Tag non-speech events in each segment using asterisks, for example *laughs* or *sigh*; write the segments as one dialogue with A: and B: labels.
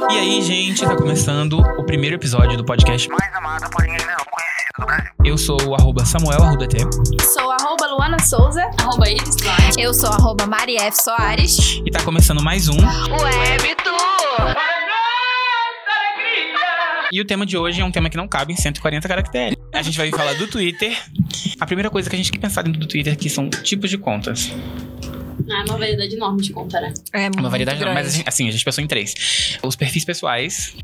A: E aí, gente, tá começando o primeiro episódio do podcast
B: mais amado, porém ainda não conhecido do Brasil.
A: Eu sou o arroba Samuel Arrudatê.
C: Sou arroba Luana Souza.
D: Arroba Iris Light.
E: Eu sou arroba Mari F. Soares.
A: E tá começando mais um.
B: Web Tour!
A: E o tema de hoje é um tema que não cabe em 140 caracteres. A gente vai falar do Twitter. A primeira coisa que a gente tem que pensar dentro do Twitter é que são tipos de contas.
D: Ah, é uma variedade enorme de conta, né?
E: É
A: Uma variedade não,
E: grande.
A: mas a gente- assim, a gente pensou em três. Os perfis pessoais,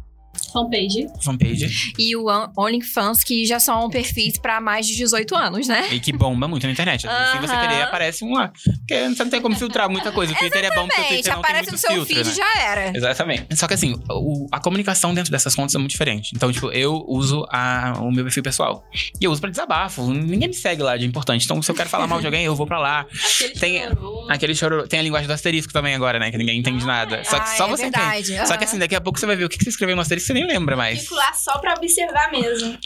D: Fanpage.
A: fanpage,
E: E o On- OnlyFans, que já são perfis pra mais de 18 anos, né?
A: e que bomba muito na internet. Assim, Se você
E: Aham.
A: querer, aparece um lá. Porque você não tem como filtrar muita coisa. O Twitter é bom porque o
E: Gente,
A: Twitter não tem
E: aparece
A: muito
E: no seu
A: filtro,
E: feed
A: né?
E: já era.
A: Exatamente. Só que assim, o- a comunicação dentro dessas contas é muito diferente. Então, tipo, eu uso a- o meu perfil pessoal. E eu uso pra desabafo. Ninguém me segue lá de importante. Então, se eu quero falar mal de alguém, eu vou pra lá.
D: Aquele
A: Tem-
D: chororô.
A: Aquele choro. Tem a linguagem do asterisco também agora, né? Que ninguém entende nada. Só que
E: Ah,
A: só
E: é
A: você entende.
E: verdade.
A: Só que assim, daqui a pouco você vai ver o que que você escreveu no asterisco, você nem lembra mais.
C: Fico lá só pra observar mesmo.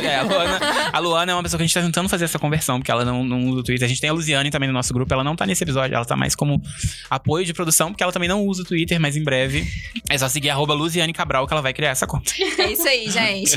A: É, a Luana, a Luana é uma pessoa que a gente tá tentando fazer essa conversão, porque ela não, não usa o Twitter. A gente tem a Luziane também no nosso grupo, ela não tá nesse episódio, ela tá mais como apoio de produção, porque ela também não usa o Twitter, mas em breve é só seguir arroba Luziane Cabral que ela vai criar essa conta.
E: Aham. É isso aí, gente.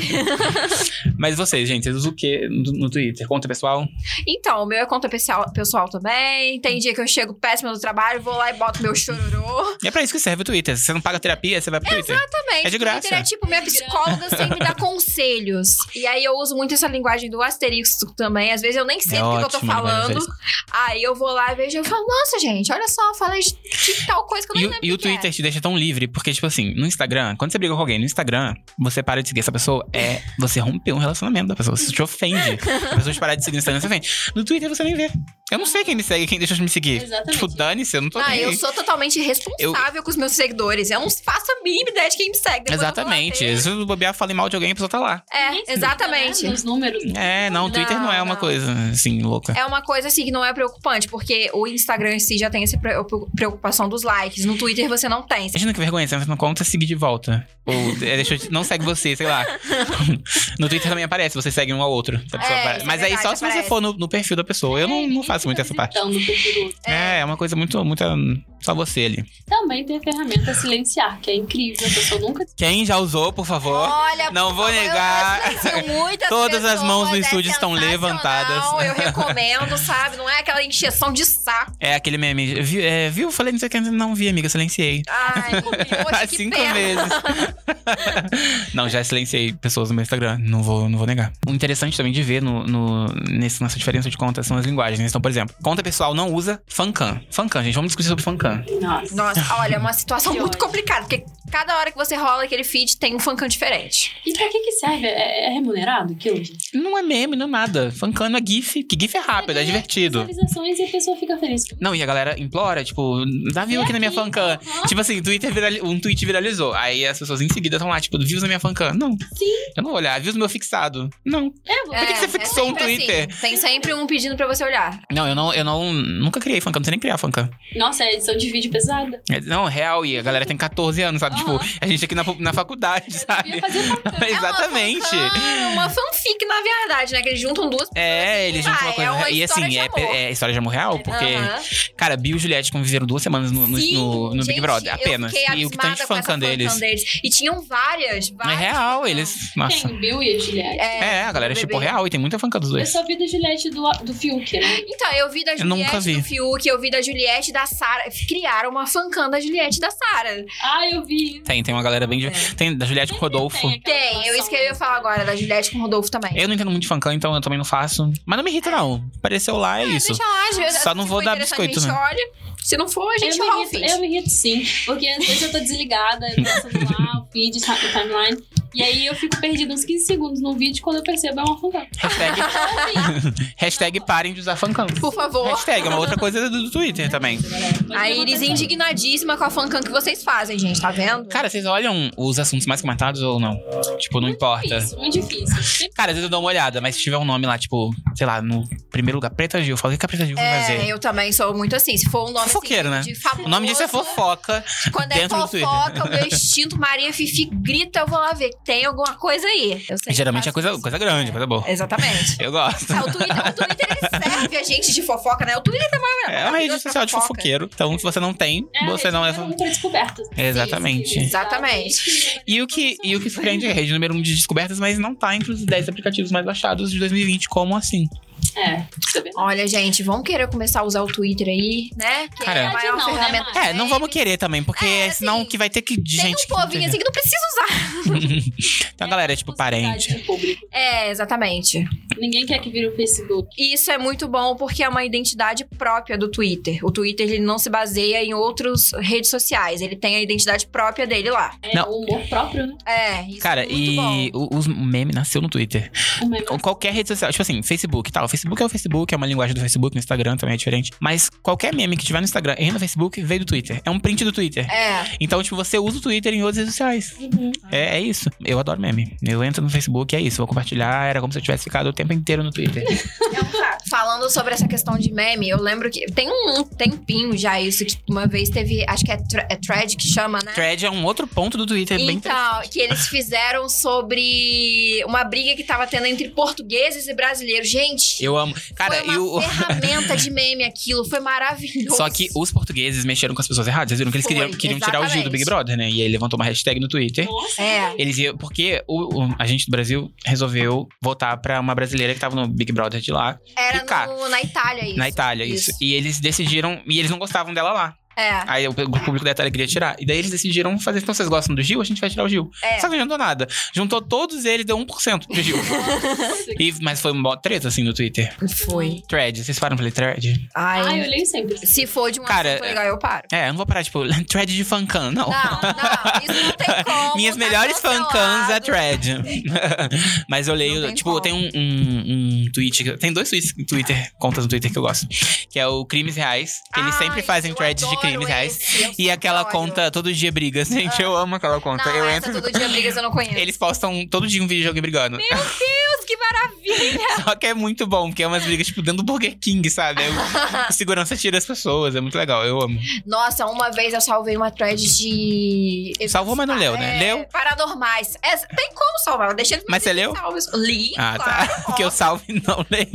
A: Mas vocês, gente, vocês usam o que no, no Twitter? Conta pessoal?
E: Então, o meu é conta pessoal, pessoal também. Tem dia que eu chego péssima do trabalho, vou lá e boto meu chororô.
A: E é pra isso que serve o Twitter. Se você não paga terapia, você vai pro Twitter.
E: Também.
A: É de graça.
E: Twitter é tipo, minha psicóloga sempre *laughs* dá conselhos. E aí eu uso muito essa linguagem do asterisco também. Às vezes eu nem sei
A: É
E: do que eu tô
A: ótimo, né,
E: falando.
A: gente?
E: Aí eu vou lá e vejo e falo, nossa, gente, olha só, falei de- de tal coisa que eu
A: E,
E: nem
A: o-
E: lembro.
A: e o
E: que que é."
A: Twitter te deixa tão livre, porque, tipo assim, no Instagram, quando você briga com alguém no Instagram, você para de seguir essa pessoa, é você romper um relacionamento da pessoa, você te ofende. A pessoa te parar de seguir no Instagram, você ofende. No Twitter você nem vê. Eu não sei quem me segue, quem deixa de me seguir.
D: Exatamente.
A: Tipo, dane-se, eu não tô
E: Ah,
A: nem
E: eu
A: aí.
E: sou totalmente responsável com os meus seguidores. Eu não faço a mínima ideia de quem me segue. Depois eu vou lá
A: Exatamente.
E: ver.
A: Se eu bobear, falei mal de alguém, a pessoa tá lá.
D: Ninguém
E: É,
D: se liga,
E: exatamente.
D: né, Nos números.
A: É, não, o Twitter não,
E: Não,
A: é uma
E: não.
A: coisa, assim, louca.
E: É uma coisa assim que não é preocupante, porque o Instagram em si já tem essa pre- preocupação dos likes. No Twitter você não tem.
A: Imagina que vergonha, você entra na conta e seguir de volta. Ou é, deixa eu te- não segue você, sei lá. No Twitter também aparece, você segue um ao outro. A pessoa
E: É,
A: apare-
E: isso é
A: Mas aí só
E: verdade,
A: se você
E: aparece. É,
A: for no, no perfil da pessoa. Eu não, não faço muito essa parte.
D: Então, no perfil do outro.
A: É, é uma coisa muito, muito. Só você ali.
D: Também tem a ferramenta silenciar, que é incrível. A pessoa nunca
A: Quem já usou, por favor.
E: Olha,
A: Não
E: por
A: vou
E: favor, eu
A: negar.
E: silencio muitas
A: Todas as
E: pessoas,
A: mãos no
E: é
A: estúdio estão
E: sensacional,
A: levantadas.
E: Eu recomendo, sabe? Não é aquela encheção de saco.
A: É aquele meme. Viu? é, viu? Falei, não sei o que, não vi, amiga, silenciei.
E: Ai,
A: *laughs*
E: poxa,
A: Há
E: que
A: cinco
E: pena.
A: *laughs* meses. não, já silenciei pessoas no meu Instagram. Não vou, não vou negar. O interessante também de ver no, no- nesse- nessa diferença de contas são as linguagens. né? Então, por exemplo, conta pessoal não usa fancam. Fancam, gente, vamos discutir sobre fancam.
D: Nossa.
E: Nossa, olha, é uma situação
D: Que
E: muito
D: ódio.
E: complicada, porque cada hora que você rola aquele feed tem um fancão diferente.
D: E pra que que serve? É, é remunerado aquilo, gente?
A: Não é meme, não é nada. Fancam não é GIF, que GIF é rápido, é divertido.
D: Visualizações e a pessoa fica feliz.
A: Não, e a galera implora, tipo, dá view
D: É
A: aqui na minha
D: aqui,
A: fancam.
D: aham.
A: Tipo assim, Twitter virali- um tweet viralizou. Aí as pessoas em seguida estão lá, tipo, views na minha fancam. Não.
D: Sim.
A: Eu não vou olhar, views no meu fixado. Não.
D: É, vou-
A: Por que que você fixou um
E: sempre
A: Twitter?
E: assim, tem sempre um pedindo pra você olhar.
A: Não, eu não, eu não nunca criei fancam, não sei nem criar fancam.
D: Nossa, é edição de vídeo pesada.
A: É, Não, real, e a galera tem 14 anos, sabe?
D: Aham.
A: Tipo, a gente aqui na, pu- na faculdade,
D: Eu
A: sabe? *laughs*
D: fazia fancam.
A: Não, Exatamente.
E: É uma, fancam, uma fanfic, na verdade, né? Que eles juntam duas.
A: É, eles juntam uma
E: Ah, é
A: coisa.
E: uma
A: e
E: história
A: assim,
E: de
A: é,
E: amor.
A: é história de amor real, porque,
E: Aham.
A: cara, Bill e Juliette conviveram duas semanas no, no,
E: Sim,
A: no- no Big
E: gente,
A: Brother, apenas.
E: Eu fiquei
A: E o que tanto
E: abismada
A: de
E: com essa
A: fancam deles.
E: E tinham várias,
A: É
E: várias.
A: real, eles. Nossa.
D: Quem? Bill e a Juliette.
E: É,
A: É, a galera é
E: bebê.
A: tipo real e tem muita fanca dos
D: Eu
A: dois.
D: só vi do Juliette do, do Fiuk, né?
E: Então, eu vi da
A: Eu nunca
E: Juliette
A: vi.
E: do Fiuk, eu vi da Juliette e da Sara. Criaram uma fancam da Juliette e da Sara.
D: Ah, eu vi.
A: Tem, tem uma galera bem. de- Tem da Juliette com o Rodolfo.
D: Tem, aquela
E: Tem, eu
D: relação,
E: escrevi eu
D: né?
E: falo agora da Juliette com o Rodolfo também.
A: Eu não entendo muito de fancão, então eu também não faço. Mas não me irrita, não. Apareceu lá, é isso.
E: Ah, Deixa lá, às vezes,
A: Só não
E: se
A: vou
E: for
A: dar
E: interessante,
A: biscoito,
E: a gente
A: né?
E: olha. Se não for, a gente
D: eu me,
E: rola o
D: irrito,
E: feed.
D: eu me irrito sim, porque às vezes eu tô desligada, eu
A: *laughs*
D: tô celular, o feed, sabe, o timeline, e aí eu fico perdida uns 15 segundos no vídeo quando eu percebo é uma fungada.
A: Hashtag, *laughs* hashtag parem de usar fancão.
E: Por favor.
A: Hashtag é uma outra coisa do, do Twitter também.
E: A Iris indignadíssima com a fancam que vocês fazem, gente, tá vendo?
A: Cara, vocês olham os assuntos mais comentados ou não? Tipo, não importa.
D: Difícil, muito difícil.
A: Cara, às vezes eu dou uma olhada, mas se tiver um nome lá, tipo, sei lá, no primeiro lugar, Preta Gil, eu falo o que que a Preta Gil vai
E: É,
A: fazer?
E: eu também sou muito assim. Se for um nome
A: Fofoqueiro, né?
E: assim, de famoso,
A: O nome disso é fofoca.
E: Quando é
A: dentro do Twitter.
E: fofoca, o meu instinto Maria Fifi grita, eu vou lá ver. tem alguma coisa aí. Eu sempre
A: Geralmente
E: faço
A: é coisa,
E: isso.
A: coisa grande, coisa boa.
E: Exatamente.
A: Eu gosto.
E: É, o Twitter, o Twitter ele serve a gente de fofoca, né? O Twitter é maravilhoso.
A: É uma rede
E: maravilhoso pra
A: social de fofoqueiro. Então, se você não tem,
D: É,
A: você não é.
D: é para descobertas.
A: Exatamente.
E: Exatamente.
A: E o que, e o que surpreende é a rede número 1 um de descobertas, mas não tá entre os 10 aplicativos mais baixados de 2020. Como assim?
D: É. Tá vendo?
E: Olha, gente, vamos querer começar a usar o Twitter aí, né? Que é
A: Cara,
E: a maior
D: Não, né,
E: ferramenta.
D: Mari?
A: É, não vamos querer também, porque
E: Ah, É, assim,
A: senão que vai ter que. De
E: Tem
A: gente
E: um povinho
A: que.
E: assim que não precisa usar.
A: não entende. Então, a galera, é tipo, parente.
D: Possibilidade de público.
E: É, exatamente.
D: Ninguém quer que vire o Facebook.
E: E isso é muito bom porque é uma identidade própria do Twitter. O Twitter ele não se baseia em outras redes sociais. Ele tem a identidade própria dele lá.
D: É
A: Não.
D: o humor próprio, né?
E: É, isso
A: Cara,
E: é muito
A: e
E: bom.
A: o, os- o meme nasceu no Twitter.
D: O meme.
A: Ou Qualquer rede social, tipo assim, Facebook e tal. O Facebook é o Facebook, é uma linguagem do Facebook, no Instagram também é diferente. Mas qualquer meme que tiver no Instagram e no Facebook veio do Twitter. É um print do Twitter.
E: É,
A: Então, tipo, você usa o Twitter em outras redes sociais.
D: Uhum.
A: É, é isso. Eu adoro meme. Eu entro no Facebook, é isso. Vou compartilhar. Era como se eu tivesse ficado o tempo inteiro no
E: *laughs*
A: Twitter.
C: É um fato.
E: falando sobre essa questão de meme, eu lembro que tem um tempinho já isso que uma vez teve, acho que é, tra- é thread que chama, né?
A: Thread é um outro ponto do Twitter bem interessante.
E: Então, que eles fizeram sobre uma briga que tava tendo entre portugueses e brasileiros. Gente,
A: Eu amo. Cara,
E: foi uma
A: e o.
E: ferramenta de meme aquilo, foi maravilhoso.
A: Só que os portugueses mexeram com as pessoas erradas. Vocês viram que eles
E: Foi,
A: queriam, queriam tirar o Gil do Big
E: exatamente.
A: Brother, né? E aí levantou uma hashtag no Twitter.
D: Nossa.
E: É.
A: Eles iam, porque o, o- a gente do Brasil resolveu votar pra uma brasileira que tava no Big Brother de lá,
E: Era
A: E, cara,
E: no- na Itália isso.
A: na Itália, isso.
E: isso.
A: E eles decidiram, e eles não gostavam dela lá.
E: É,
A: Aí o, o público da Itália queria tirar. E daí eles decidiram fazer, então vocês gostam do Gil? A gente vai tirar o Gil.
E: É.
A: Só que não juntou nada. Juntou todos eles, deu 1% pro
E: *laughs*
A: Gil.
D: Nossa.
A: e, mas foi uma treta, assim, no Twitter.
E: foi.
A: Thread, vocês param pra ler thread?
E: Ai,
D: Ah, eu leio sempre.
E: se for de um
A: Cara,
E: assunto legal, eu paro.
A: É, eu não vou parar, tipo, *laughs* thread de fancam, não.
E: Não, não, isso
A: *laughs*
E: não tem como.
A: Minhas
E: tá
A: melhores fancams é
E: cancelado.
A: thread. *laughs* Mas eu
E: Não
A: leio,
E: tem
A: tipo,
E: como.
A: tem um, um, um tweet. que- Tem dois tweets no Twitter, contas no Twitter que eu gosto. Que é o Crimes Reais. Que eles sempre
E: Ai,
A: fazem
E: eu
A: threads de
E: adoro
A: crimes reais.
E: esse, eu
A: E
E: só
A: aquela
E: adoro.
A: conta todo dia brigas, *laughs* gente. Eu amo aquela conta.
E: Não,
A: eu
E: essa
A: entro.
E: todo dia brigas eu não conheço.
A: *laughs* Eles postam todo dia um vídeo de alguém brigando.
E: Meu Deus, que maravilha!
A: *laughs* Só que é muito bom, porque é umas brigas, tipo, dentro do Burger King, sabe? Aí o-
E: *laughs*
A: o segurança tira as pessoas, é muito legal, eu amo.
E: Nossa, uma vez eu salvei uma thread de.
A: Salvou, mas não leu, né?
E: É,
A: Leu?
E: Paranormais. É, tem como salvar, eu deixei
A: Mas você leu?
E: salvos. Li,
A: Ah,
E: claro,
A: tá. Porque eu
E: óbvio.
A: salve e não
E: *laughs*
A: leio.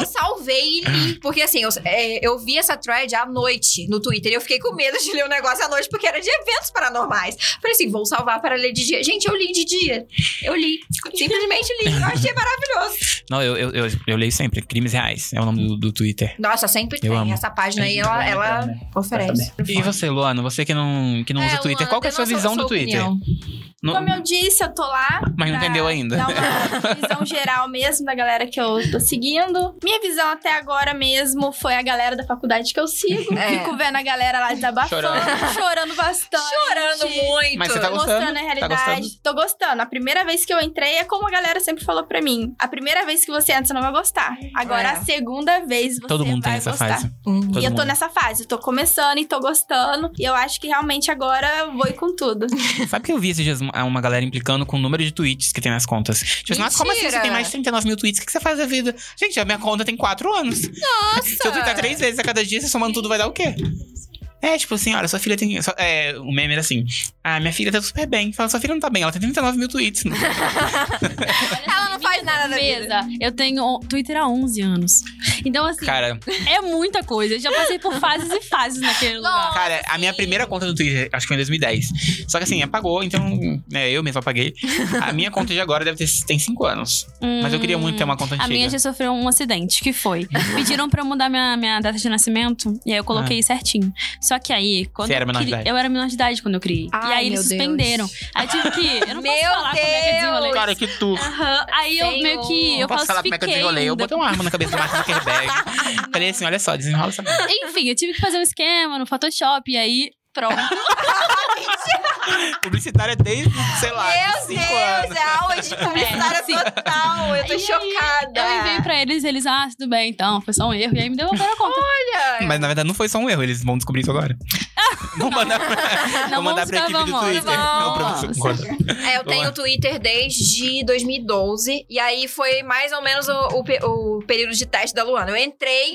E: Eu salvei e li, porque assim, eu, é, eu vi essa thread à noite no Twitter e eu fiquei com medo de ler o negócio à noite, porque era de eventos paranormais. Falei assim, vou salvar para ler de dia. Gente, eu li de dia. Eu li. Simplesmente li. Eu achei maravilhoso.
A: Não, eu, eu, eu, eu leio sempre. Crimes Reais é o nome do, do Twitter.
E: Nossa, sempre
A: Eu
E: tem.
A: amo.
E: Essa página aí, ela, ela oferece.
A: E você, Luana, você que não, que não
E: É,
A: usa Twitter,
E: Luana,
A: qual que é a
E: dê
A: sua
E: nossa-
A: visão
E: sua
A: do Twitter?
E: opinião.
A: Não-
C: Como eu disse, eu tô lá.
A: Mas não
C: pra
A: entendeu ainda.
C: Dar
A: *laughs*
C: uma visão geral mesmo da galera que eu tô seguindo. Minha visão até agora mesmo foi a galera da faculdade que eu sigo.
E: É.
C: Fico vendo a galera lá desabafando,
A: Chorando.
C: chorando, bastante.
E: Chorando muito.
A: Mas você tá gostando?
C: mostrando a realidade.
A: gostando?
C: Tô gostando. A primeira vez que eu entrei é como a galera sempre falou pra mim. A primeira vez que você entra, você não vai gostar. Agora,
E: É.
C: a segunda vez, você
A: Todo mundo
C: vai
A: tem essa
C: gostar.
E: *laughs*
A: fase.
E: Hum.
A: Todo
C: e eu tô
A: mundo.
C: nessa fase, eu tô começando e tô gostando. E eu acho que realmente agora eu vou ir com tudo.
A: Sabe que eu vi esses dias uma uma galera implicando com o número de tweets que tem nas contas? Tipo, nossa, como assim você
E: Mentira!
A: tem mais de 39 mil tweets? O que você faz da vida? Gente, a minha conta tem 4 anos.
E: Nossa!
A: Se eu twittar três vezes a cada dia, você somando tudo vai dar o quê? É, tipo assim, olha, sua filha tem. sua- é, o meme era assim. Ah, minha filha tá super bem. Fala, sua filha não tá bem, ela tem 39 mil
E: *laughs*
A: tweets.
E: Ela não faz nada na vida.
D: Mesa. Eu tenho Twitter há 11 anos. Então, assim,
A: Cara,
D: é muita coisa. Eu já passei por fases e fases naquele lugar.
A: cara, a minha primeira conta no Twitter, acho que foi em 2010. Só que assim, apagou, então. né, eu mesmo apaguei. A minha conta de agora deve ter tem 5 anos. Mas eu queria muito ter uma conta
D: A
A: antiga.
D: minha já sofreu um acidente, que foi. Pediram pra eu mudar minha, minha data de nascimento, e aí eu coloquei certinho. Só que aí, quando.
A: Ah. Você
D: eu
A: era menor de
D: criei-
A: idade?
D: Eu era menor de idade quando eu criei. e
E: Ai,
D: aí eles
E: meu Deus.
D: suspenderam. Aí tive que. Eu não posso
E: Meu
D: falar como é que eu desenrolei.
A: Cara, que tu.
D: Aham. Aí eu meio que.
E: Senhor.
D: Eu
A: não posso falar como é que eu
D: falsifiquei
A: desenrolei. Eu
D: ainda.
A: botei uma arma na cabeça do Mark Zuckerberg. Falei assim: olha só, desenrola essa merda.
D: Enfim, eu tive que fazer um esquema no Photoshop, e aí. Pronto.
A: Publicitária desde, sei lá,
E: Meu
A: 5
E: Deus,
A: anos.
E: é
D: *laughs*
E: aula de publicitária
D: É, sim.
E: total. Eu tô
D: E aí,
E: chocada.
D: Eu enviei pra eles,
E: *laughs*
D: eles, ah, tudo bem, então, foi só um erro. E aí me devolveram a conta.
E: Olha,
D: *laughs*
A: Mas na verdade não foi só um erro, eles vão descobrir isso agora. Vou mandar pra, vou
D: Não
A: mandar
D: vamos
A: pra equipe do
D: gravar
A: Twitter.
D: moda.
A: Não, professor, concorda.
E: É, eu tenho
A: Boa.
E: o Twitter desde 2012. E aí foi mais ou menos o, o pe- o período de teste da Luana. Eu entrei,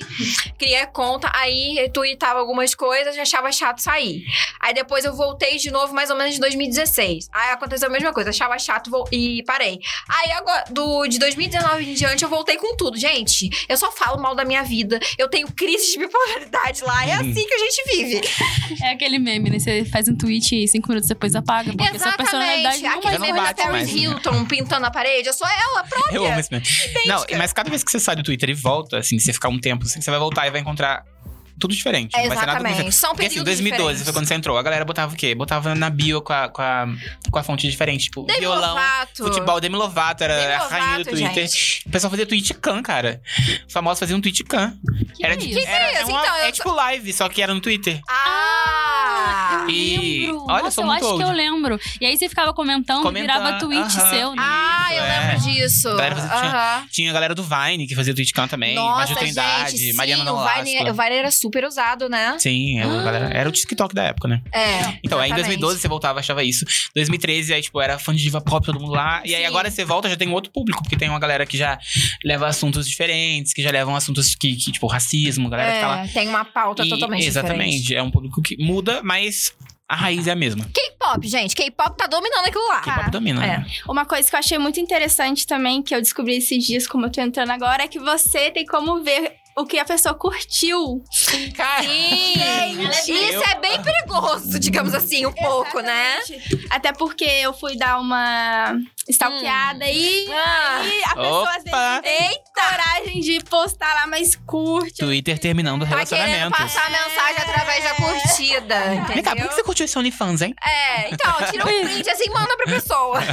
E: criei a conta, aí tweetava algumas coisas, já achava chato sair. Aí depois eu voltei de novo, mais ou menos em 2016. Aí aconteceu a mesma coisa, achava chato vol- e parei. Aí agora, do, de 2019 em diante, eu voltei com tudo. Gente, eu só falo mal da minha vida. Eu tenho crise de bipolaridade lá. É assim que a gente vive.
D: É aquele meme, né? Você faz um tweet e cinco minutos depois apaga. Porque sua personalidade
E: Exatamente.
D: não é
E: Aquele
D: vai
A: não
E: meme da
A: bate
E: Paris
A: mais, né?
E: Hilton pintando a parede, eu sou ela própria.
A: Eu amo esse meme. Não, mas cada vez que você sai do Twitter e volta, assim, você ficar um tempo, assim, você vai voltar e vai encontrar tudo
E: Tipo,
A: diferente. Não vai ser nada
E: Exatamente. Um São
A: Porque assim,
E: períodos
A: 2012 foi
E: diferentes.
A: quando você entrou. A galera botava o quê? Botava na bio com a, com a, com a fonte diferente. Tipo,
E: Demi
A: violão,
E: Lovato.
A: futebol. Demi Lovato era
E: Demi
A: a rainha do
E: Lovato,
A: Twitter. O pessoal fazia tweet can, cara. Os famosos faziam tweet can.
D: Que
A: era
D: é
A: de- era-
D: isso?
E: Que que é isso?
A: uma-
E: Então, eu
A: é tipo live, só que era no Twitter.
E: Ah!
D: Eu
A: E-
D: lembro.
A: olha, eu
D: Nossa,
A: sou
D: eu
A: muito
D: acho
A: old.
D: que eu lembro. E aí você ficava comentando, e virava
A: Comentando,
D: tweet
A: aham.
D: seu, né?
E: Ah, eu
A: é.
E: lembro disso.
A: Galera fazendo tweet.
E: Aham.
A: Tinha a galera do Vine que fazia tweet can também.
E: Nossa,
A: Rádio Trindade,
E: gente,
A: Mariana
E: sim, o Vine, é- Ah. o
A: Nolasco.
E: Vine era super usado, né?
A: Sim, eu- a galera- era o TikTok da época, né?
E: É.
A: Então, aí em
E: exatamente.
A: 2012 você voltava, achava isso. 2013, aí, tipo, era fã de diva pop, todo mundo lá. E aí
E: Sim.
A: agora você volta, já tem um outro público, porque tem uma galera que já leva assuntos diferentes, que já levam assuntos que, que, tipo, racismo, galera que tá lá.
E: É, tem uma pauta
A: E-
E: totalmente
A: exatamente,
E: diferente.
A: é um público que muda, mas a raiz é a mesma.
E: K-pop, gente. K-pop tá dominando aquilo lá.
A: K-pop domina.
E: é.
A: né?
C: Uma coisa que eu achei muito interessante também, que eu descobri esses dias, como eu tô entrando agora, é que você tem como ver o que a pessoa curtiu.
E: Um
A: Cara,
E: Sim.
A: Gente,
E: Isso
A: eu-
E: é bem perigoso, digamos assim, um pouco, né?
C: Exatamente. Até porque eu fui dar uma stalkeada e
E: Ah.
C: aí a pessoa às
A: Opa!
C: vezes tem coragem de postar lá, mas curte.
A: Twitter terminando o
E: Tá querendo
A: relacionamento.
E: passar a mensagem através da curtida,
A: Vem cá, por que
E: entendeu?
A: que você curtiu esse OnlyFans, hein?
E: É, então, tira um print assim e manda pra
A: *laughs*
E: pessoa.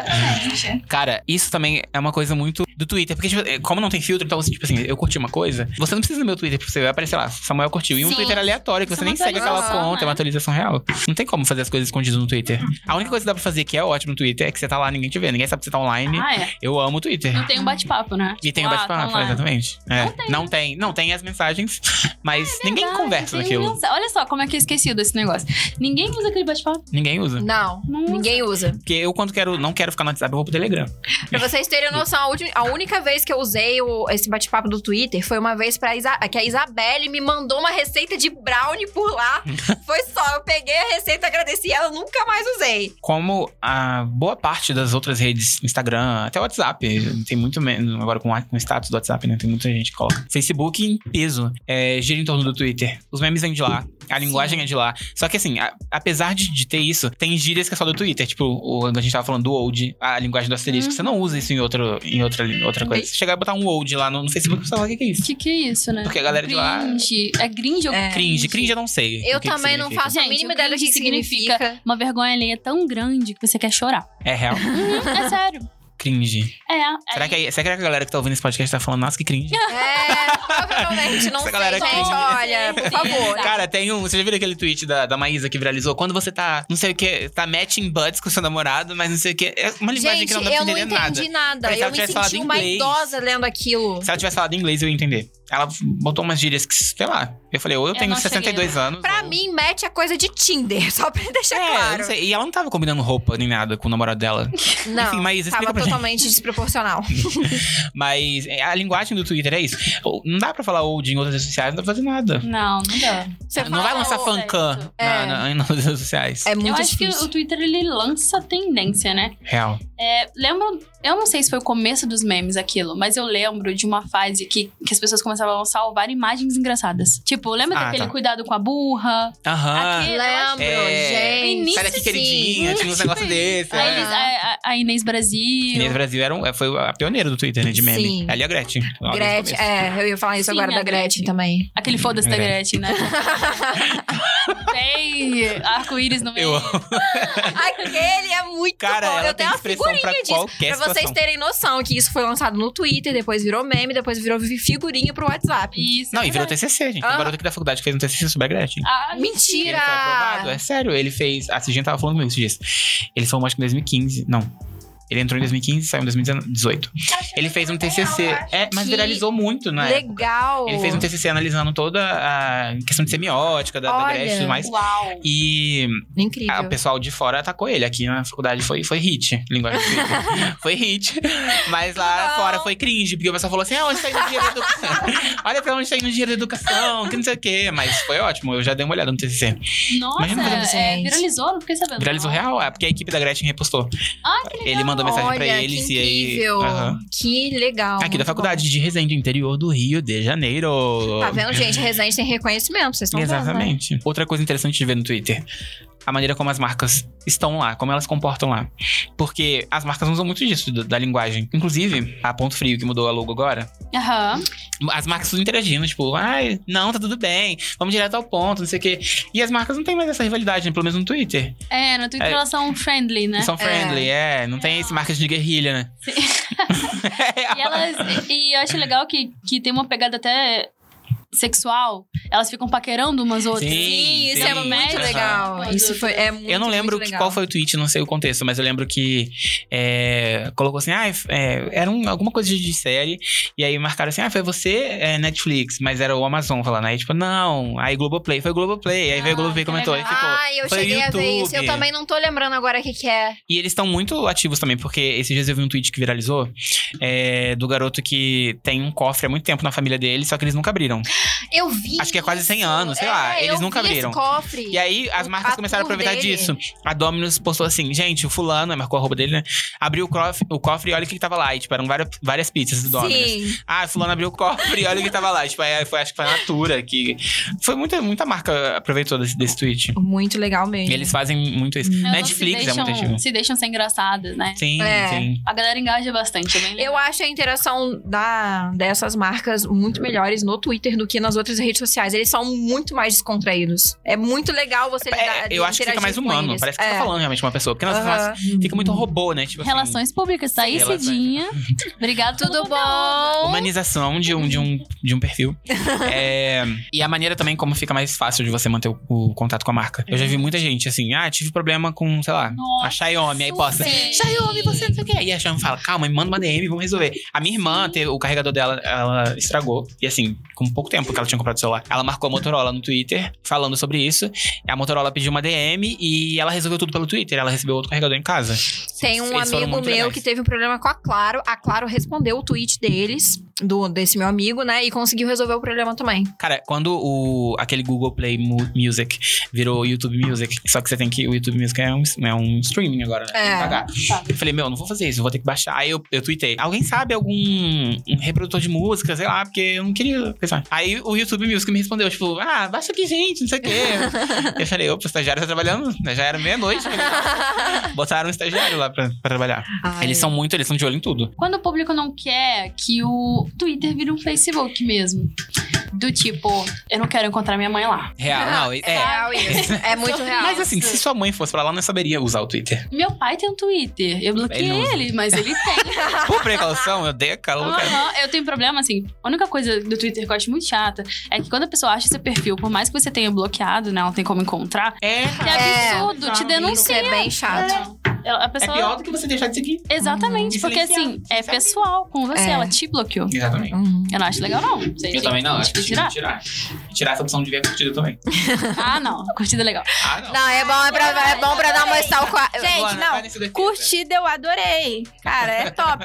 C: Exatamente.
A: Cara, isso também é uma coisa muito do Twitter. Porque, tipo, é, como não tem filtro, então, você, tipo assim, eu curti uma coisa, você não precisa do meu Twitter, porque você vai aparecer lá, Samuel curtiu. E um
D: Sim.
A: Twitter aleatório, que
D: Isso
A: você
D: é uma
A: nem segue aquela
D: atualização,
A: conta, é
D: né?
A: uma atualização real. Não tem como fazer as coisas escondidas no Twitter. A única coisa que dá pra fazer que é ótimo no Twitter é que você tá lá, ninguém te vê, ninguém sabe que você tá online.
D: Ah, é.
A: Eu amo o Twitter.
D: Não tem um bate-papo, né?
A: E tem o
D: Tipo, ah,
A: bate-papo,
D: tão lá.
A: exatamente. É. Não, tem. não tem. as mensagens, *laughs* mas ninguém
D: Ah, é Verdade,
A: conversa
D: tem
A: daquilo.
D: criança- Olha só como é que eu esqueci desse negócio. Ninguém usa aquele bate-papo.
A: Ninguém usa.
E: Não,
D: Não usa.
E: ninguém usa.
A: Porque eu, quando quero, não quero ficar no WhatsApp, eu vou pro Telegram.
E: Pra vocês terem noção, a, ulti- a única vez que eu usei o- esse bate-papo do Twitter foi uma vez pra Isa- que a Isabelle me mandou uma receita de brownie por
A: *laughs*
E: lá. foi só, eu peguei a receita, agradeci ela, nunca mais usei.
A: como a boa parte das outras redes, Instagram, até WhatsApp, tem muito menos agora com a- com o status do WhatsApp, né? Tem muita gente que coloca. Facebook em peso é, gira em torno do Twitter. Os memes vêm de lá, a linguagem é de lá. Só que assim, a- apesar de, de ter isso, tem gírias que é só do Twitter. Tipo, o, a gente tava falando do old, a linguagem do asterisco. Você
E: Uhum.
A: não usa isso em, outro, em outra, outra coisa. Você chegar e botar um old lá no, no Facebook, você fala, o que que é
D: O
A: isso?
D: que, que é isso, né?
A: Porque a galera de lá-
D: Cringe. É cringe ou
E: É.
A: Cringe, cringe eu não sei.
E: Eu
A: o que que
E: também não
A: significa.
E: faço a
D: Gente,
E: mínima
D: o
E: ideia do que
D: cringe
E: significa.
D: Uma vergonha alheia tão grande que você quer chorar.
A: É
E: *laughs*
A: real?
E: Uhum.
D: é sério.
A: Cringe.
D: É.
A: Será
D: aí-
A: que, é- será que a galera que tá ouvindo esse podcast tá falando, nossa, que cringe?
E: É, provavelmente, não
A: Essa
E: sei,
A: galera é
E: gente,
A: cringe.
E: olha, por favor.
A: Cara, tem um. Você já viu aquele tweet da, da Maísa que viralizou? Quando você tá, não sei o que, tá matching butts com seu namorado, mas não sei o que. É uma linguagem
E: Gente,
A: que não dá pra
E: eu não
A: entender nada.
E: entendi nada.
A: Parece que
E: Eu
A: ela
E: me
A: tivesse falado
E: senti uma
A: inglês.
E: idosa lendo aquilo.
A: Se ela tivesse falado inglês, eu ia entender. Ela botou umas gírias que, sei lá. Eu falei, ou eu,
D: Eu
A: tenho
D: não
A: 62 anos.
E: Pra
A: ou...
E: mim, match é coisa de Tinder, *laughs* só pra deixar
A: É, eu
E: claro.
A: não sei. E ela não tava combinando roupa nem nada com o namorado dela.
E: Não,
A: Enfim, Maísa, explica
E: tava
A: pra gente.
E: totalmente desproporcional.
A: Mas é, a linguagem do Twitter é isso. Ou- Não dá pra falar old em outras redes sociais, não dá pra fazer nada.
D: Não, não dá.
A: não vai lançar
D: old,
A: fancam na,
E: é.
A: na, nas redes sociais.
E: É
D: Eu
E: muito
D: acho
E: difícil.
D: que o Twitter, ele lança tendência, né?
A: Real.
D: É, lembro, eu não sei se foi o começo dos memes aquilo, mas eu lembro de uma fase que, que as pessoas começavam a salvar imagens engraçadas. Tipo, lembra
A: Ah,
D: daquele
A: tá.
D: cuidado com a burra?
A: Aham.
D: Aquele-
E: Lembro,
A: É,
E: gente.
A: Sai daqui,
E: sim. Tipo
A: queridinha. Tinha uns negócios desses.
D: A,
A: é.
D: Inês, a- a- a Inês Brasil.
A: Inês Brasil era um- foi a pioneira do Twitter, né? De meme.
E: Sim.
A: Ela e a Gretchen. lá desde o
E: Gretchen,
A: começo.
E: é, eu ia falar isso
D: Sim,
E: agora
D: a
E: da Gretchen
D: Gretchen.
E: também.
D: Aquele foda-se da
A: *laughs*
D: Gretchen, né? Tem arco-íris no meio.
A: Eu
E: *laughs* Aquele é muito
A: Cara,
E: bom.
A: ela
E: eu
A: tem
E: tenho uma
A: expressão
E: figurinha
A: pra
E: disso.
A: qualquer
E: Pra vocês
A: situação.
E: terem noção que isso foi lançado no Twitter, depois virou meme, depois virou figurinha pro WhatsApp.
D: Isso.
A: Não, e virou TCC, gente.
E: Ah.
A: Um garoto aqui da faculdade fez um TCC sobre a Gretchen.
D: Ah,
A: E Ele foi aprovado.
E: Mentira!
A: É sério, ele fez... A Cidinha tava falando comigo esses dias. Ele foi, acho que em 2015. Não. Ele entrou em 2015 e saiu em 2018. Ele fez um TCC. É, mas
E: Que
A: viralizou muito, não é?
E: Legal.
A: Ele fez um TCC analisando toda a questão de semiótica, da, da
E: Olha.
A: Brecht e tudo mais.
E: *laughs*
D: Uau.
A: E
E: Incrível.
A: ah, o pessoal de fora atacou ele. Aqui na faculdade foi, foi hit. Linguagem do corpo.
E: *laughs*
A: Foi hit. Mas lá
E: Não.
A: fora foi cringe, porque o pessoal falou assim: ah, onde tá indo o dinheiro da educação? *laughs* Olha pra onde tá indo o dinheiro da educação, que não sei o quê. Mas foi ótimo, eu já dei uma olhada no TCC. Imagina
D: Nossa,
E: fazendo
D: é,
E: gente.
D: viralizou, não fiquei sabendo.
A: Viralizou real, é porque a equipe da Gretchen repostou.
D: Ah, que legal.
A: Ele mandou mensagem pra
E: Olha,
A: eles
E: que
A: e aí.
E: incrível.
A: Aham.
E: Que legal.
A: Aqui da
E: muito
A: faculdade de Resende, interior do Rio de Janeiro.
E: bom. Tá vendo, gente? Resende tem reconhecimento, vocês estão vendo. né?
A: Exatamente. Outra coisa interessante de ver no Twitter. A maneira como as marcas estão lá, como elas comportam lá. Porque as marcas usam muito disso, do- da linguagem. Inclusive, a Ponto Frio, que mudou a logo agora,
D: Aham.
A: as marcas tudo interagindo, tipo, ai, não, tá tudo bem, vamos direto ao ponto, não sei o quê. E as marcas não têm mais essa rivalidade, né? pelo menos no Twitter.
D: É, no Twitter
A: É.
D: elas são friendly, né?
A: São friendly, é. não tem esse marcas de guerrilha, né? *laughs*
D: *laughs*
A: É,
D: E elas. E eu acho legal que, que tem uma pegada até sexual. Elas ficam paquerando umas outras.
A: Sim,
E: Sim, isso
A: sim.
E: é muito
A: Aham.
E: legal. Isso foi, é muito,
A: eu não lembro
E: muito
A: que-
E: legal.
A: qual foi o tweet, não sei o contexto, mas eu lembro que é, colocou assim, ah, é, era um- alguma coisa de série, e aí marcaram assim, ah, foi você, é, Netflix, mas era o Amazon falando, aí tipo, não, aí Globoplay, foi Globoplay, aí veio
D: Ah,
A: o Globoplay e
D: que
A: comentou, aí
D: legal.
A: ficou.
E: Ai, Ah, eu
A: Foi
E: cheguei a ver isso. Eu
A: YouTube.
E: também não tô lembrando agora o que, que é.
A: E eles estão muito ativos também, porque esses dias eu vi um tweet que viralizou, é, do garoto que tem um cofre há muito tempo na família dele, só que eles nunca abriram.
E: Eu vi.
A: Acho que é quase 100 anos, sei
E: É,
A: lá, eles
E: eu
A: nunca
E: vi
A: abriram.
E: Esse cofre.
A: E aí as
E: O
A: marcas começaram a
E: ator
A: aproveitar
E: dele.
A: disso. A Dominus postou assim, gente, o fulano, marcou a roupa dele, né? Abriu o cofre, o cofre e olha o que, que tava lá. E, tipo, eram várias, várias pizzas do Dominus.
E: Sim.
A: Ah, fulano abriu o cofre e olha o que tava lá. Tipo, aí foi, acho que foi a Natura que... Foi muita, muita marca aproveitou desse, desse tweet.
E: Muito legal mesmo.
A: E eles fazem muito isso.
D: Elas
A: Netflix
D: se
A: é
D: deixam,
A: muito antigo.
D: Se deixam ser engraçadas, né?
A: Sim,
E: É.
A: sim.
D: A galera engaja bastante, é bem legal.
E: Eu acho a interação da, dessas marcas muito melhores no Twitter do que nas outras redes sociais. Eles são muito mais descontraídos. É muito legal você
A: É,
E: lidar.
A: eu acho que fica
E: interagir
A: mais
E: com
A: humano.
E: eles.
A: Parece que
E: é.
A: tá falando realmente com uma pessoa. Porque nossa,
E: Aham.
A: nossa, fica muito robô, né? Tipo assim,
D: Relações públicas, tá aí,
A: Sim, relações.
D: Cidinha. Obrigado
E: Tudo
D: pelo
E: bom?
A: humanização de um, de um, de um
D: *laughs*
A: perfil. É, e a maneira também como fica mais fácil de você manter o, o contato com a marca. Eu já vi muita gente assim, ah, tive problema com, sei lá, a
D: Nossa,
A: Xiaomi, aí posta. assim,
D: super.
A: Xiaomi, você não sei o que. E a Xiaomi fala, calma, me manda uma DM, vamos resolver. A minha irmã, teve, o carregador dela, ela estragou. E assim, com pouco tempo que ela tinha comprado o celular. Ela marcou a Motorola no Twitter, falando sobre isso. A Motorola pediu uma DM e ela resolveu tudo pelo Twitter. Ela recebeu outro carregador em casa.
E: Tem um
A: Eles foram
E: amigo meu
A: muito legais.
E: que teve um problema com a Claro. A Claro respondeu o tweet deles, do, desse meu amigo, né? E conseguiu resolver o problema também.
A: Cara, quando o, aquele Google Play Mu- Music virou YouTube Music, só que você tem que. O YouTube Music é um, é um streaming agora, né? Tem
E: É.
A: que pagar. Eu falei, meu, não vou fazer isso, eu vou ter que baixar. Aí eu, eu tuitei. Alguém sabe algum um reprodutor de música, sei lá, porque eu não queria pensar. Aí o YouTube Music me respondeu, tipo, ah, baixa aqui, gente, não sei o
E: *laughs*
A: quê. eu falei, opa, o estagiário tá trabalhando, né? Já era meia-noite. Botaram um estagiário lá pra, pra trabalhar. Eles são muito, eles são de olho em tudo.
D: Quando o público não quer que o Twitter vire um Facebook mesmo. Do tipo, eu não quero encontrar minha mãe lá.
A: Real, não,
E: É
A: é.
E: real isso. É muito real.
A: Mas assim, se sua mãe fosse pra lá, não saberia usar o Twitter.
D: Meu pai tem um Twitter. Eu bloqueei
A: Ele não usa.
D: ele, mas ele tem.
A: Por precaução, eu dei aquela cara.
D: Aham, eu tenho problema, assim. A única coisa do Twitter que eu acho muito chata é que quando a pessoa acha seu perfil, por mais que você tenha bloqueado, né? Ela tem como encontrar.
A: É,
D: Que
E: É.
D: absurdo, te
E: Isso
D: denuncia.
E: é bem chato.
D: Ela- A pessoa.
A: do É. que você deixar de seguir.
D: Exatamente,
A: Hum.
D: porque
A: Silenciar,
D: assim, é
A: silenciar.
D: pessoal com você,
E: É.
D: ela te bloqueou.
A: Exatamente.
E: Uhum.
D: Eu não acho legal, não. Isso aí
A: Eu
D: tem
A: também não,
D: que
A: acho que tinha
D: tirar.
A: que tirar. Tirar essa opção de ver a curtida também.
D: Ah, não. Curtida é legal.
A: Ah, não.
E: Não, é bom, é, pra, é bom pra dar uma salcoa.
C: Gente,
A: Luana, vai
C: não.
A: nesse daqui,
C: Curtida eu adorei. Cara, é top.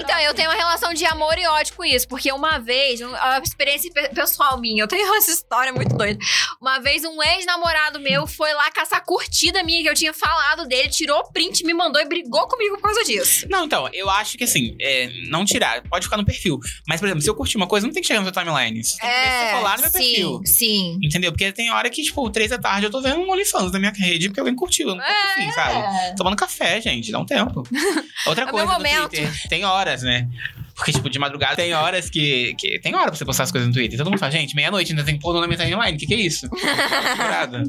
E: Então, eu tenho uma relação de amor e ódio com isso, porque uma vez, um- a experiência pe- pessoal minha, eu tenho *laughs* essa história muito doida. Uma vez um ex-namorado meu foi lá caçar curtida minha que eu tinha falado dele, tirou print, me mandou e brigou comigo por causa disso.
A: Não, então, eu acho que assim, é, não tirar, pode ficar no perfil. Mas, por exemplo, se eu curtir uma coisa, não tem que chegar no seu timeline. Isso tem que
E: É.
A: colar no meu
E: sim,
A: perfil.
E: sim.
A: Entendeu? Porque tem hora que, tipo, três da tarde eu tô vendo um OnlyFans na minha rede porque alguém curtiu. Eu não tô afim,
E: *laughs*
A: sabe? Tomando café, gente, dá um tempo. Outra
E: É o
A: coisa
E: meu
A: do
E: momento.
A: Twitter, tem horas, né? Porque, tipo, de madrugada tem horas que. que- tem hora pra você postar as coisas no Twitter. Todo mundo fala, gente, meia-noite ainda tem que pôr na mensagem online. O que, que é
E: *laughs*
A: isso? Temporada.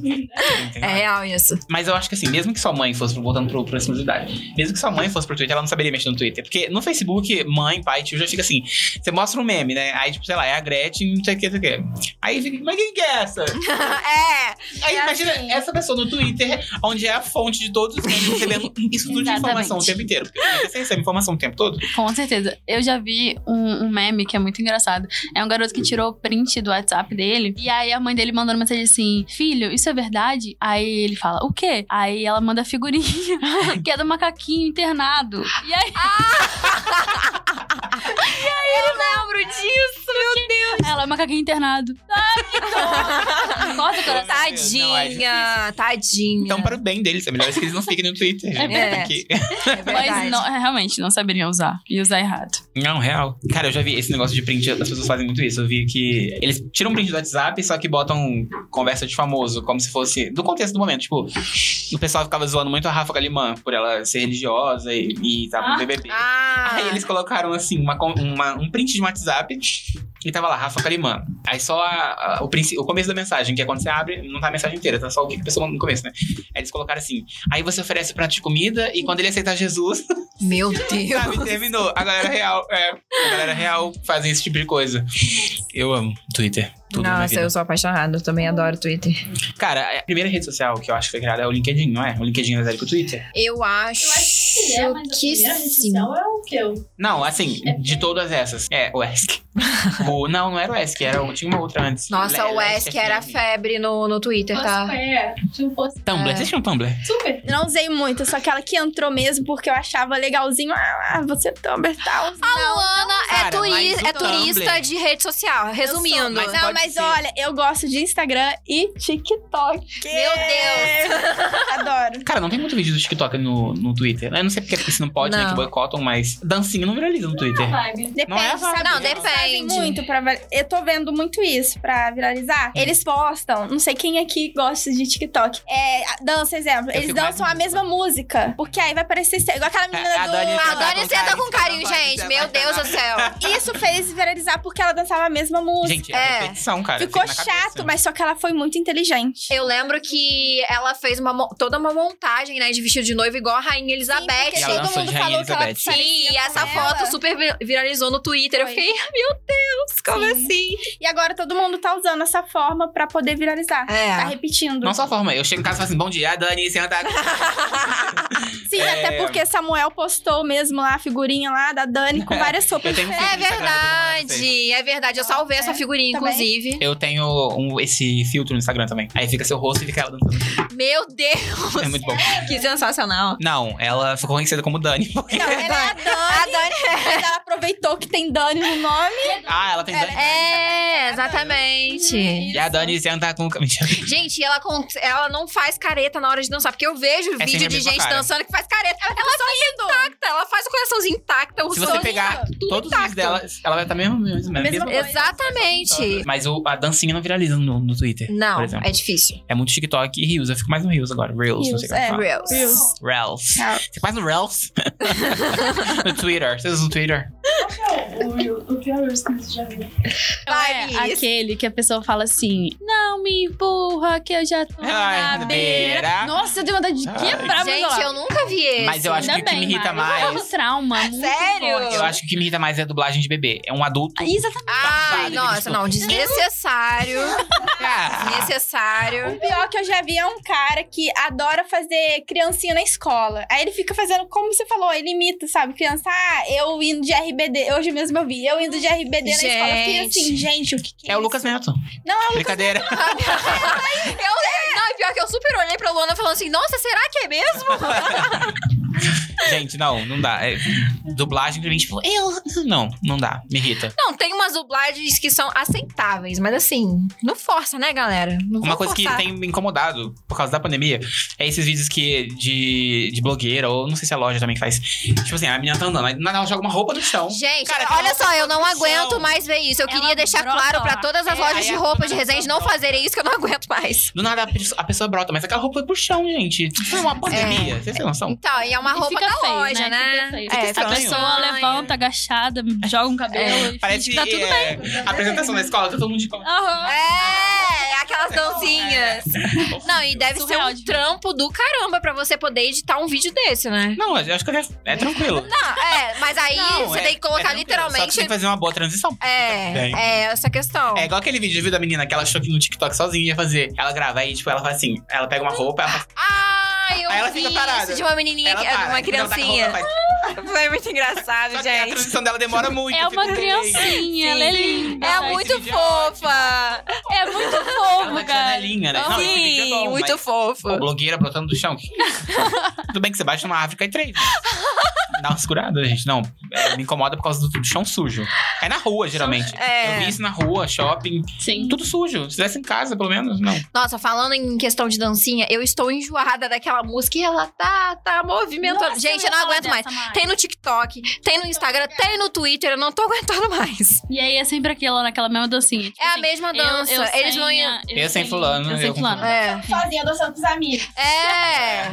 E: É real isso.
A: Mas eu acho que assim, mesmo que sua mãe fosse, voltando pro, pra exclusividade, mesmo que sua mãe fosse pro Twitter, ela não saberia mexer no Twitter. Porque no Facebook, mãe, pai, tio já fica assim, você mostra um meme, né? Aí, tipo, sei lá, é a Gretchen, não sei o que, não sei o que. Aí fica, mas quem que é essa?
E: é.
A: Aí
C: É
A: imagina
C: assim.
A: essa pessoa no Twitter, onde é a fonte de todos os memes, recebendo isso tudo de informação o
D: Exatamente.
A: tempo inteiro. Porque o Twitter você recebe informação o tempo todo.
D: Com certeza. Eu já vi um, um meme que é muito engraçado. É um garoto que tirou o print do WhatsApp dele. E aí a mãe dele mandou uma mensagem assim: Filho, isso é verdade? Aí ele fala: O quê? Aí ela manda a figurinha, *laughs* que é do macaquinho internado. E aí Ah! *laughs*
E: Lembro disso, meu Deus.
D: ela, é macaquinho internado. Ah, *laughs* que dó. Corta o coração.
A: Não, é difícil.
E: Tadinha, tadinha.
A: Então, para o bem deles, é melhor que eles não fiquem no Twitter. gente.
E: verdade.
A: Porque- *laughs*
E: É verdade.
D: Mas não- realmente não saberiam usar. E usar errado.
A: Não, real. Cara, eu já vi esse negócio de print, as pessoas fazem muito isso. Eu vi que eles tiram print do WhatsApp, só que botam conversa de famoso, como se fosse. Do contexto do momento. Tipo, o pessoal ficava zoando muito a Rafa Kalimã por ela ser religiosa e, e tá tava no
D: Ah.
A: BBB.
E: Ah,
A: Aí eles colocaram, assim, uma, con- uma- um print de um WhatsApp e tava lá, Rafa Kalimã. Aí só a- a- o, princi- o começo da mensagem, que é quando você abre, não tá a mensagem inteira, tá só o que a pessoa manda no começo, né? Aí eles colocaram assim, aí você oferece prato de comida e quando ele aceitar Jesus, *laughs*
E: meu Deus.
A: Sabe, terminou. A galera real, é. A galera real fazem esse tipo de coisa. Eu amo Twitter. Tudo na minha
E: Nossa,
A: vida.
E: eu sou apaixonada. Eu também adoro Twitter.
A: Cara, a primeira rede social que eu acho que foi criada é o LinkedIn, não é? O LinkedIn é mais velho que o Twitter?
E: Eu acho, que é, sim.
D: é o que eu.
A: Não, assim, de todas essas. É, o
E: *laughs*
A: ESC. o, não, não era o ESC, era, o- tinha uma outra antes.
E: Nossa,
A: Le-
E: o S
A: Lesc
E: que era
A: FM.
E: febre no, no Twitter, tá?
A: Tumblr,
E: É.
A: vocês tinham Tumblr?
D: Super.
C: Eu não usei muito, só aquela que entrou mesmo porque eu achava legalzinho. Ah, você também tá usando.
E: A Luana é,
A: Cara,
E: turi-
A: mas o
E: é turista
A: Tumblr-
E: de rede social, resumindo.
A: mas
C: Não,
A: pode
C: mas
A: ser.
C: olha, eu gosto de Instagram e TikTok.
E: Meu Deus.
C: Adoro.
A: Cara, não tem muito vídeo do TikTok no, no Twitter. né? Eu não sei porque isso não pode, né?
E: Não.
A: Que boicotam, mas dancinha não viraliza no Twitter.
C: Depende,
A: Não é a vibe,
C: sabe?
E: Não,
A: Eles
C: Fazem
E: depende.
C: muito pra. vir- Eu tô vendo muito isso pra viralizar.
A: Hum.
C: Eles postam, não sei quem aqui gosta de TikTok. É, a- dança, exemplo.
A: Eu
C: Eles
A: fico mais
C: dançam a
A: no
C: mesma música. Porque aí vai parecer ser- igual aquela menina
A: a
C: do.
A: Dani-
E: A
A: Tá
E: Dani
A: com
E: senta
A: carinho,
E: com carinho,
A: tá com
E: gente.
A: carinho,
E: Meu
A: tá
E: Deus do céu.
C: Isso fez viralizar porque ela dançava a mesma música.
A: Gente, é
E: É.
A: repetição, cara.
C: Ficou
A: fica na cabeça.
C: chato, mas só que ela foi muito inteligente.
E: Eu lembro que ela fez uma, mon- toda uma montagem, né, de vestido de noiva igual a Rainha Elizabeth.
A: E ela todo dançou mundo de Rainha falou que ela Elizabeth.
E: Sim, e essa foto super vi- viralizou no Twitter. Eu
C: Foi.
E: fiquei, "Ah, meu Deus, como assim?
C: E agora todo mundo tá usando essa forma pra poder viralizar. Tá
E: É.
C: repetindo.
A: Não só a forma, eu chego em casa e falo assim, bom dia, Dani, senta aqui.
C: Sim,
A: É.
C: até porque Samuel postou mesmo lá a figurinha lá da Dani com
A: *laughs*
C: várias
A: Eu
C: sopas.
A: tenho um
E: É
A: filme no Instagram, todo mundo sabe.
E: verdade, é verdade. Eu salvei essa figurinha,
C: Também.
E: inclusive.
A: Eu tenho um- esse filtro no Instagram também. Aí fica seu rosto e fica ela dançando.
E: Meu Deus,
A: É muito bom.
E: que sensacional.
A: Não, ela ficou conhecida como Dani.
C: Não, ela é
E: A
C: a Dani,
E: Dani
C: mas ela aproveitou que tem Dani no nome.
A: *laughs* ah, ela tem
C: Ela
A: Dani.
E: é,
D: É.
E: exatamente.
A: E a Dani senta com. Mentira.
E: Gente, ela, con- ela não faz careta na hora de dançar, porque eu vejo
A: sempre
E: vídeo
A: a
E: de
A: mesma
E: gente
A: é cara.
E: dançando que faz careta. Ela, faz intacta, ela faz o coraçãozinho intacta, o
A: Se
E: um sorriso
A: você pegar
E: tudo
A: todos os
E: intacto.
A: vídeos dela, ela vai estar mesmo. mesmo, mesmo.
C: Mesma coisa.
E: Exatamente.
A: Mas o- a dancinha não viraliza no, no Twitter.
E: Não,
A: Por exemplo.
E: é difícil.
A: É muito TikTok e Reels. Eu fico mais no Reels agora. Reels, não sei
C: Reels,
A: como é
C: é.
A: que fala.
E: Reels.
A: Reels.
C: Ah.
A: Você faz no Reels? *laughs* no Twitter. Vocês usam no Twitter?
F: O pior é que você já viu.
E: Paris.
D: É aquele que a pessoa fala assim: Não me empurra, que eu já tô
A: Ai, beira."
D: na beira. é Nossa, eu tenho vontade de
A: Ai.
D: quebrar meu
E: Gente, eu nunca vi esse.
A: Mas eu acho que o que me irrita
D: É um
A: mais.
D: trauma. muito
E: Ah, Sério?
D: forte.
A: Eu acho que o que me irrita mais é a dublagem de bebê. É um adulto.
D: Ah, Exatamente.
E: Ai,
A: Babado,
E: nossa, não, desnecessário.
A: Ah, *laughs*
E: Desnecessário.
C: O pior que eu já vi é um cara que adora fazer criancinha na escola. Aí ele fica fazendo, como você falou, ele imita, sabe? Criança, ah, eu indo de RBD. Hoje mesmo eu vi, eu indo de RBD na escola. Eu fiquei assim,
E: Gente.
C: gente, o que, que é
A: É o
C: isso?
A: Lucas Neto.
C: Não, é o
A: Brincadeira.
E: Não, e pior que eu super olhei pra Luana falando assim, nossa, será que é mesmo?
A: *laughs* Gente, não, não dá. É, dublagem pra mim, tipo, eu. Não, não dá. Me irrita.
E: *laughs* Não, tem umas dublagens que são aceitáveis, mas assim, não força, né, galera? Não
A: Uma
E: vou
A: coisa que
E: forçar.
A: tem me incomodado por causa da pandemia é esses vídeos que de, de blogueira, ou não sei se a loja também faz. Tipo assim, a menina tá andando, aí do nada ela joga uma roupa no chão.
E: Gente,
A: um Cara, aquela
E: olha só, eu não
A: produção.
E: aguento mais ver isso. Eu
D: Ela
E: queria deixar
D: brota
E: claro
D: lá.
E: pra todas as
A: É,
E: lojas
A: aí
E: de
A: a
E: roupa
A: dona
E: de
A: da
E: Resende não
A: brota.
E: fazem isso, que eu não *laughs* aguento mais.
A: Do nada a, pe- a pessoa brota, mas aquela roupa é pro chão, gente. Isso é uma pandemia. Vocês têm noção?
E: Então, e é uma
D: E
E: roupa
D: fica
E: da
D: feio,
E: pode,
D: né?
E: né?
D: Que feio.
E: É,
D: a
A: estranho.
D: pessoa levanta, agachada, joga um cabelo e
A: Parece
D: finge que tá tudo bem.
A: é, a apresentação da escola, tá todo mundo de costas.
D: Aham.
E: É, aquelas dancinhas. Não, e deve ser
D: Surreal
E: um
D: de ver.
E: trampo do caramba pra você poder editar um vídeo desse, né?
A: Não, eu acho que é, é tranquilo.
E: Não, é, mas aí
A: Não,
E: você
A: é-
E: tem que colocar
A: é tranquilo, Só que
E: literalmente.
A: você tem que fazer uma boa transição.
E: É,
A: Bem.
E: é essa questão.
A: É igual aquele vídeo, viu, da menina que ela achou que no TikTok sozinha ia fazer. Ela grava aí, tipo, ela faz assim, ela pega uma roupa, ela faz.
E: Ah, eu
A: Aí ela
E: vi
A: fica parada.
E: isso de uma menininha,
A: ela
E: que-
A: para,
E: é uma
A: então tá com a roupa,
E: criancinha.
A: faz.
E: Foi muito engraçado,
A: Só que a
E: gente.
A: transição dela demora muito.
D: É
A: eu
D: uma
A: fico, "Ei".
D: criancinha, ela é linda.
E: É
D: mas-
E: muito
A: vídeo é
E: fofa.
D: É muito
A: Ela
D: fofo,
A: tá
D: cara.
A: janelinha, né? Não, esse vídeo é
E: Sim,
A: bom,
E: muito
A: mas,
E: fofo.
A: pô, blogueira brotando do chão. que é isso? Tudo bem que você baixa uma árvore e cai três. né? Dá uma segurada, gente. Não, é, me incomoda por causa do, do chão sujo. É na rua, geralmente.
E: É.
A: Eu vi isso na rua, shopping.
D: Sim.
A: Tudo sujo. Se estivesse em casa, pelo menos, não.
E: Nossa, falando em questão de dancinha, eu estou enjoada daquela música e ela tá, tá movimentando.
D: Nossa,
E: gente, eu
D: eu
E: não
D: ia é falar
E: aguento mais.
D: dessa, Mari.
E: Tem no TikTok, tem no Instagram, tem no Twitter, eu não tô aguentando mais.
D: E aí é sempre aquela, naquela mesma dancinha. Tipo
E: É a
D: assim,
E: mesma
D: eu-
E: dança.
D: eu sem
E: Eles não iam.
D: a-
A: Eu sem fulano,
D: Eu
A: eu
D: sem
A: com
D: fulano.
E: É.
C: Sozinha dançando com os amigos.
E: *laughs* É.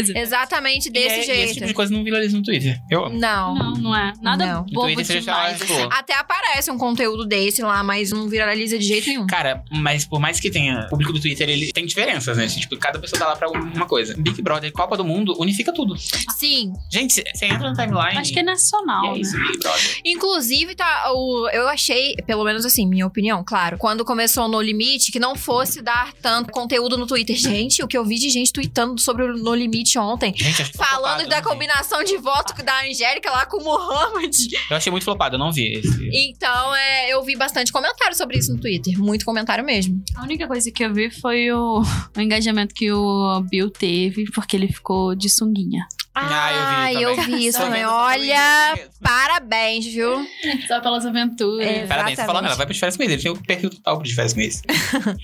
D: Exato.
E: Exatamente
A: E
E: desse
A: é- e esse
E: jeito.
A: tipo de coisa não viraliza no Twitter. Eu amo.
E: Não.
D: Não, não é. Nada
E: Não.
A: No
D: bobo
A: Twitter você já
D: demais.
A: tipo,
D: assim.
E: Até aparece um conteúdo desse lá, mas não viraliza de jeito nenhum.
A: Cara, mas por mais que tenha o público do Twitter, ele tem diferenças, né? Tipo, cada pessoa dá lá pra uma coisa. Big Brother, Copa do Mundo, unifica tudo.
E: Sim.
A: Gente, você entra no timeline.
D: Acho que é
A: e
D: nacional,
A: é
D: né?
A: isso, Big Brother.
E: Inclusive, tá, o, eu achei, pelo menos assim, minha opinião, claro, quando começou o No Limite, que não fosse dar tanto conteúdo no Twitter. Gente, o que eu vi de gente tweetando sobre o No Limite ontem.
A: Gente, acho que foi
E: Falando
A: flopado,
E: da
A: não vi.
E: combinação de voto da Angélica lá com o Mohamed.
A: Eu achei muito flopado, eu não vi esse.
E: Então, é, eu vi bastante comentário sobre isso no Twitter. Muito comentário mesmo.
D: A única coisa que eu vi foi o, o engajamento que o Bill teve, porque ele ficou de sunguinha.
A: Ah, eu vi
E: eu
A: também.
E: vi isso
A: Tô
E: também.
A: vendo, tô
E: Olha,
A: vendo.
E: parabéns, viu?
D: Só pelas aventuras.
E: É.
A: Parabéns, você falou,
E: exatamente.
A: ela vai pro de férias com ele. Ele tem o perfil total pro de férias com ele.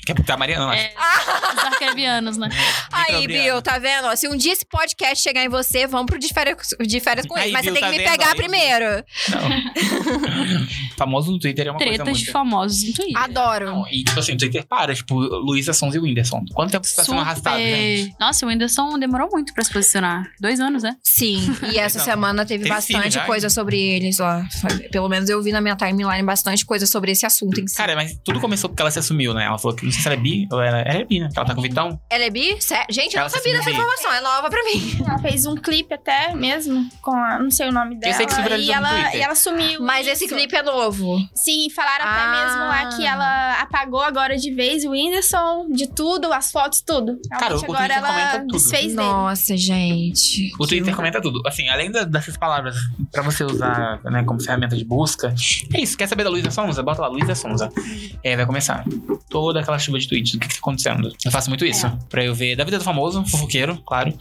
A: Quer putar a Mariana, eu acho.
D: É, Os arcrebianos, né?
E: Aí,
A: Microbiano.
E: Bill, tá vendo? Ó, Se um dia esse podcast chegar em você, vamos pro de férias, de férias com
A: Aí,
E: ele. Mas
A: Bill,
E: você tem
A: tá
E: que me
A: vendo?
E: pegar
A: Aí, Bill.
E: primeiro.
A: Não. Famoso no Twitter é uma coisa
D: Tretas de
A: muito...
D: famosos no Twitter.
E: Adoro.
A: Não, e tipo assim, o Twitter para, tipo, Luísa Sons e Whindersson. Quanto tempo você tá sendo
D: Super.
A: arrastado, gente?
D: Nossa, o Whindersson demorou muito pra se posicionar. Dois anos, né?
E: Sim, e essa
A: Legal.
E: semana teve
A: Tem filho
E: bastante
A: Então, já,
E: coisa sobre eles lá. Pelo menos eu vi na minha timeline bastante coisa sobre esse assunto em si.
A: Cara, mas tudo começou porque ela se assumiu, né? Ela falou que não sei se ela é bi ou ela, ela é bi, né? Que ela tá com o Vitão.
E: ela é bi? Sé- Gente, eu
A: Ela
E: não
A: se
E: sabia dessa
A: assumiu bi.
E: informação, é nova pra mim.
C: Ela fez um clipe até mesmo, com a, não sei o nome dela.
A: sei que isso
C: e
A: viralizou no
C: ela,
A: Twitter.
C: e ela sumiu.
E: Mas esse
C: isso.
E: clipe é novo.
C: Sim, falaram
E: Ah.
C: até mesmo lá que ela apagou agora de vez o Whindersson, de tudo, as fotos, tudo.
A: Cara, o
C: Realmente
A: Twitter
C: agora ela
A: comenta tudo.
C: desfez dele.
E: Nossa, gente.
A: O Twitter
E: Que-
A: comenta tudo. Assim, além da- dessas palavras pra você usar né, como ferramenta de busca, é isso. Quer saber da Luísa Sonza? Bota lá, Luísa Sonza. É, vai começar. Toda aquela chuva de tweets do que, que tá acontecendo. Eu faço muito
E: É.
A: isso. Pra eu ver da vida do famoso, fofoqueiro,
E: *laughs*
A: claro.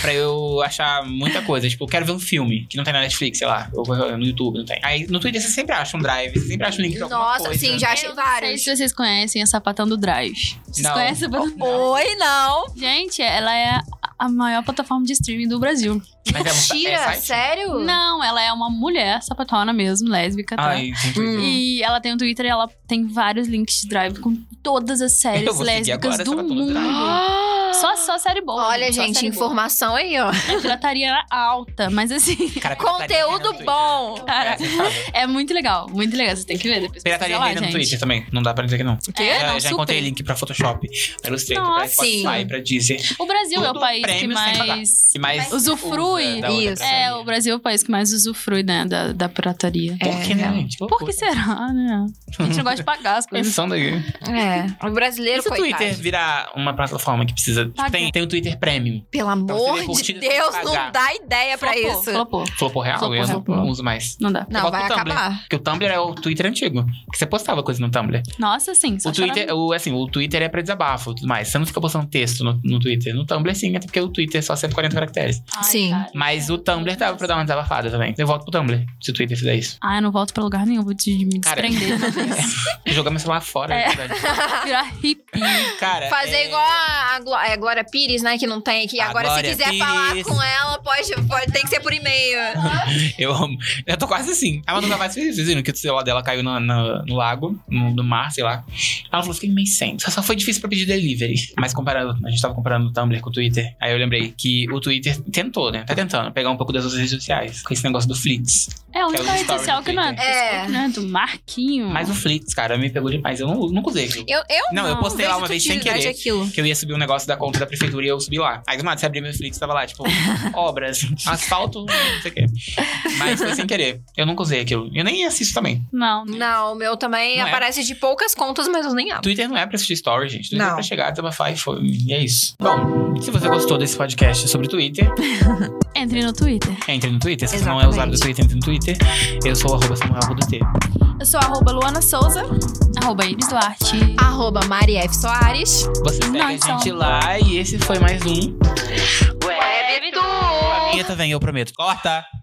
A: pra eu achar muita coisa. Tipo, eu quero ver um filme que não tem na Netflix, sei lá. Ou no YouTube, não tem. Aí no Twitter você sempre acha um drive, você sempre acha um link pra alguma
E: Nossa,
A: coisa.
E: sim, já achei
D: Eu não sei
E: vários.
D: se vocês conhecem a Sapatão do Drive. Vocês
A: Não.
D: conhecem
A: *laughs*
D: a Sapatão do Drive?
E: Oi,
A: Tá
E: não.
D: Gente, ela é a maior plataforma de streaming do Brasil.
A: Mas é, é
E: Mentira,
A: site?
E: sério?
D: Não, ela é uma mulher sapatona mesmo, lésbica, tá?
A: Ai, gente.
E: Hum.
D: E ela tem um Twitter e ela tem vários links de drive com todas as
A: Eu
D: séries
A: vou seguir
D: lésbicas
A: agora,
D: do
A: Sapatona
D: mundo.
A: Drive.
D: Só, só série boa.
E: Olha,
D: só
E: gente,
D: série boa.
E: informação aí, ó.
D: A pirataria era alta,
A: *laughs*
D: mas assim,
A: Cara, pirataria
E: Conteúdo
A: reina no
E: bom.
A: Twitter. É,
D: cara,
A: você sabe.
D: é muito legal, muito legal. Você tem que ver depois.
A: Pirataria
D: pesquisa lá,
A: reina no
D: gente.
A: Twitter também. Não dá pra dizer que não.
D: quê?
A: É,
D: Não,
A: já
D: super. Ah,
A: encontrei link pra Photoshop, pra Illustrator, pra
D: Nossa,
A: Spotify,
E: sim.
A: pra Deezer.
D: O Brasil é o
A: Tudo
D: país que
A: prêmio sem pagar.
D: mais.
A: E mais
D: Usufrui.
A: usa da outra
E: Isso.
D: É,
A: pirataria.
D: o Brasil é o país que mais usufrui, né, da, da pirataria.
A: Por que,
E: É,
A: né, gente?
D: É. Por que será, né? A gente não gosta de pagar
E: *laughs*
D: as coisas.
A: Pensando aí.
E: É, o
A: E
E: brasileiro,
A: se o
E: coitado.
A: Twitter virar uma plataforma que precisa. tipo,
D: Paga.
A: Tem, tem o Twitter Premium.
E: Pelo
A: poder
E: amor de
A: curtir,
E: Deus,
A: pagar.
E: não dá ideia É pra
D: Flopou,
E: isso.
D: Flopou.
A: Flopou real?
D: Flopou
A: eu
D: real.
A: não, não uso mais.
D: Não dá.
A: É
E: Não,
A: igual
E: vai
A: com o Tumblr.
E: acabar.
A: Porque o Tumblr é o Twitter antigo. Que você postava coisa no Tumblr.
D: Nossa, sim. só
A: O Twitter, o, assim, o Twitter é pra desabafo e tudo mais. Você não fica postando texto no, no Twitter. No Tumblr, sim, até porque o Twitter é só 140 caracteres.
D: chorar. Ai,
E: Sim.
D: cara.
A: Mas o Tumblr tava pra dar uma desabafada também. Eu volto pro Tumblr, se o Twitter fizer
E: *laughs*
A: isso.
D: Ah, eu não volto pra lugar nenhum, vou te, me
A: Cara.
D: desprender.
A: Jogar meu celular fora,
D: É.
A: é. verdade.
D: virar hippie.
A: Cara.
E: Fazer
A: é-
E: igual a, a Glo- a a Glória Pires, né, que não tem aqui.
A: A
E: Agora, se
A: Glória
E: quiser
A: Pires.
E: falar com ela, pode, pode, tem que ser por e-mail.
A: Eu amo. Eu tô quase assim. A Manu Gavassi fez isso, vocês viram que o celular dela caiu na- na- no lago, no, no mar, sei lá. Ela falou, fiquei meio sem. Só, só foi difícil pra pedir delivery. Mas comparando, a gente tava comparando o Tumblr com o Twitter. Aí eu lembrei que o Twitter tentou, né? Tá tentando pegar um pouco das outras redes sociais. Com esse negócio do Flits.
D: É a
A: Aquela
D: única rede
A: story
D: social
A: do
D: que não é do
E: Twitter. É.
D: Facebook, né? Do Marquinho.
A: Mas o Flits, cara, me pegou demais. Eu não, nunca usei aquilo.
E: Eu, eu
A: Não, eu
D: não
A: postei lá
E: vejo
A: uma vez sem
E: utilidade é
A: querer.
E: aquilo.
A: Que eu ia subir um negócio da conta da prefeitura e eu subi lá. Aí do nada, você abria meu Netflix, tava lá, tipo, obras, asfalto, não sei o quê. Mas foi sem querer. Eu nunca usei aquilo. Eu nem assisto também.
D: Não, não.
E: Não, o meu também
A: Não é?
E: aparece de poucas contas, mas eu nem abro.
A: Twitter não é pra assistir story, gente. Twitter
E: Não.
A: é pra chegar, desabafar e foi. E é isso. Bom, se você gostou desse podcast sobre Twitter,
D: Entre no Twitter.
A: entre no Twitter. Se você não é usuário do Twitter, entre no Twitter. Eu sou o arroba Samuel Rodotê.
D: Eu sou arroba Luana Souza, arroba Iris Duarte.
E: Arroba Mari F. Soares.
A: Você segue
D: Não,
A: a
D: então.
A: gente lá e esse foi mais um.
B: Web Tour.
A: Vinheta vem, eu prometo. Corta!